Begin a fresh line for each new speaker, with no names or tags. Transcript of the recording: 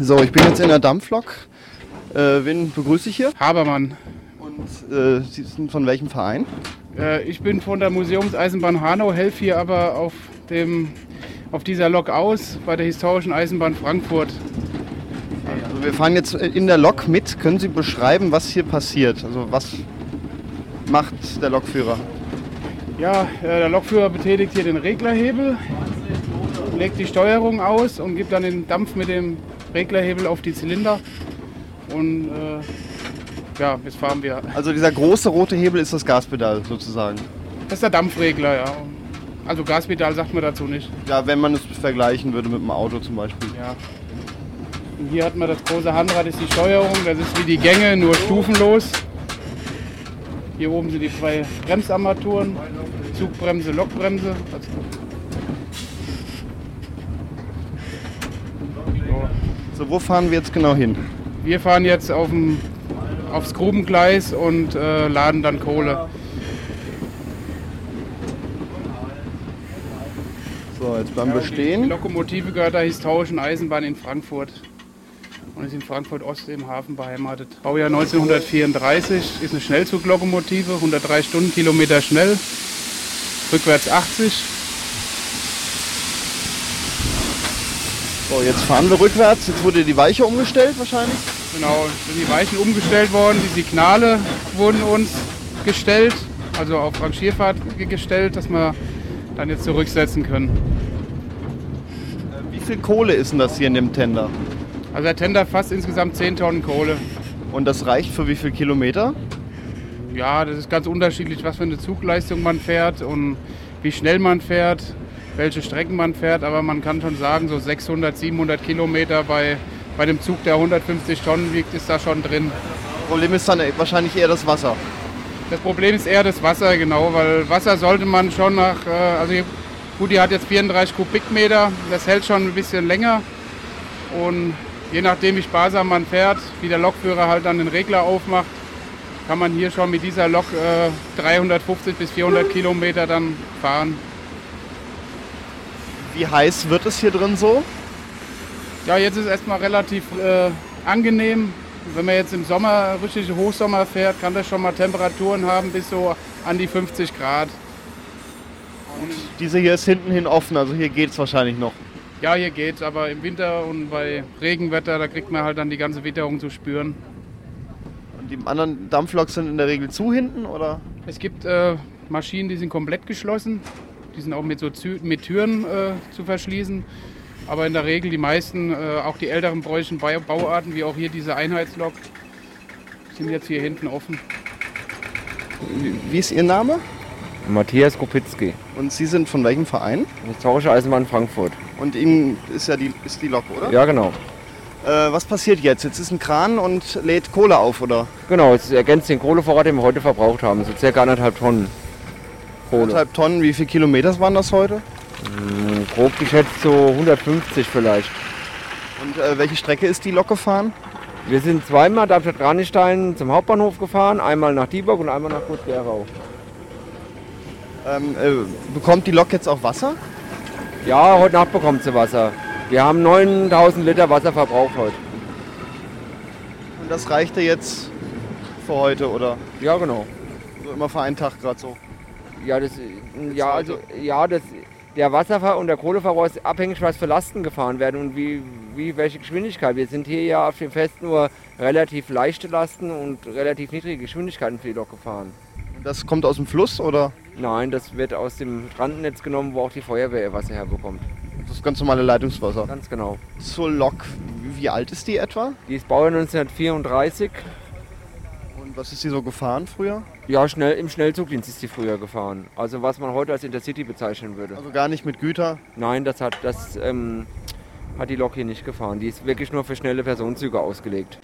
So, ich bin jetzt in der Dampflok. Äh, wen begrüße ich hier?
Habermann.
Und äh, Sie sind von welchem Verein?
Äh, ich bin von der Museumseisenbahn Hanau, helfe hier aber auf, dem, auf dieser Lok aus bei der historischen Eisenbahn Frankfurt.
Also wir fahren jetzt in der Lok mit. Können Sie beschreiben, was hier passiert? Also was macht der Lokführer?
Ja, äh, der Lokführer betätigt hier den Reglerhebel, legt die Steuerung aus und gibt dann den Dampf mit dem Reglerhebel auf die Zylinder. Und äh, ja, jetzt fahren wir.
Also dieser große rote Hebel ist das Gaspedal sozusagen.
Das ist der Dampfregler, ja. Also Gaspedal sagt man dazu nicht.
Ja, wenn man es vergleichen würde mit dem Auto zum Beispiel.
Ja. Und hier hat man das große Handrad, das ist die Steuerung. Das ist wie die Gänge, nur stufenlos. Hier oben sind die zwei Bremsarmaturen. Zugbremse, Lokbremse. Also- So.
So, wo fahren wir jetzt genau hin?
Wir fahren jetzt aufm, aufs Grubengleis und äh, laden dann Kohle.
So, jetzt bleiben wir
Die
stehen.
Lokomotive gehört der historischen Eisenbahn in Frankfurt und ist in Frankfurt Ost im Hafen beheimatet. Baujahr 1934 ist eine Schnellzuglokomotive, 103 Stundenkilometer schnell, rückwärts 80.
So, jetzt fahren wir rückwärts. Jetzt wurde die Weiche umgestellt wahrscheinlich.
Genau, sind die Weichen umgestellt worden, die Signale wurden uns gestellt, also auf Rangierfahrt ge- gestellt, dass wir dann jetzt zurücksetzen können.
Wie viel Kohle ist denn das hier in dem Tender?
Also der Tender fasst insgesamt 10 Tonnen Kohle.
Und das reicht für wie viel Kilometer?
Ja, das ist ganz unterschiedlich, was für eine Zugleistung man fährt und wie schnell man fährt, welche Strecken man fährt. Aber man kann schon sagen, so 600, 700 Kilometer bei, bei dem Zug, der 150 Tonnen wiegt, ist da schon drin.
Problem ist dann wahrscheinlich eher das Wasser.
Das Problem ist eher das Wasser, genau, weil Wasser sollte man schon nach, äh, also hier- gut, die hat jetzt 34 Kubikmeter, das hält schon ein bisschen länger. Und je nachdem, wie sparsam man fährt, wie der Lokführer halt dann den Regler aufmacht, kann man hier schon mit dieser Lok äh, 350 bis 400 Kilometer dann fahren.
Wie heiß wird es hier drin so?
Ja, jetzt ist erstmal relativ äh, angenehm. Wenn man jetzt im Sommer, richtig Hochsommer fährt, kann das schon mal Temperaturen haben bis so an die 50 Grad.
Diese hier ist hinten hin offen, also hier geht es wahrscheinlich noch.
Ja, hier geht's, aber im Winter und bei Regenwetter, da kriegt man halt dann die ganze Witterung zu spüren.
Und die anderen Dampfloks sind in der Regel zu hinten, oder?
Es gibt äh, Maschinen, die sind komplett geschlossen. Die sind auch mit, so Zü mit Türen äh, zu verschließen. Aber in der Regel die meisten, äh, auch die älteren preußischen Bau- Bauarten, wie auch hier diese Einheitslok, sind jetzt hier hinten offen.
Wie ist Ihr Name?
Matthias Kopitzky,
Und Sie sind von welchem Verein?
Historische Eisenbahn Frankfurt.
Und Ihnen ist ja die, ist die Lok, oder?
Ja, genau.
Äh, was passiert jetzt? Jetzt ist ein Kran und lädt Kohle auf, oder?
Genau, es ergänzt den Kohlevorrat, den wir heute verbraucht haben. So circa anderthalb Tonnen Kohle.
Anderthalb Tonnen, wie viele Kilometer waren das heute?
Hm, Grob geschätzt so 150 vielleicht.
Und äh, welche Strecke ist die Lok gefahren?
Wir sind zweimal Darmstadt-Kranichstein zum Hauptbahnhof gefahren, einmal nach Dieburg und einmal nach Gut Gerau.
Ähm, äh, bekommt die Lok jetzt auch Wasser?
Ja, heute Nacht bekommt sie Wasser. Wir haben 9000 Liter Wasser verbraucht heute.
Und das reichte jetzt für heute, oder?
Ja, genau.
So immer für einen Tag gerade so.
Ja, das, ja, also, ja, das, der Wasserver und der Kohleverbrauch ist abhängig, was für Lasten gefahren werden und wie, wie welche Geschwindigkeit. Wir sind hier ja auf dem Fest nur relativ leichte Lasten und relativ niedrige Geschwindigkeiten für die Lok gefahren.
Und das kommt aus dem Fluss, oder?
Nein, das wird aus dem Strandnetz genommen, wo auch die Feuerwehr ihr Wasser herbekommt.
Das ist ganz normale Leitungswasser.
Ganz genau.
Zur Lok, wie alt ist die etwa?
Die ist Baujahr 1934.
Und was ist die so gefahren früher?
Ja, schnell, im Schnellzugdienst ist die früher gefahren. Also was man heute als Intercity bezeichnen würde.
Also gar nicht mit Güter.
Nein, das hat, das, ähm, hat die Lok hier nicht gefahren. Die ist wirklich nur für schnelle Personenzüge ausgelegt.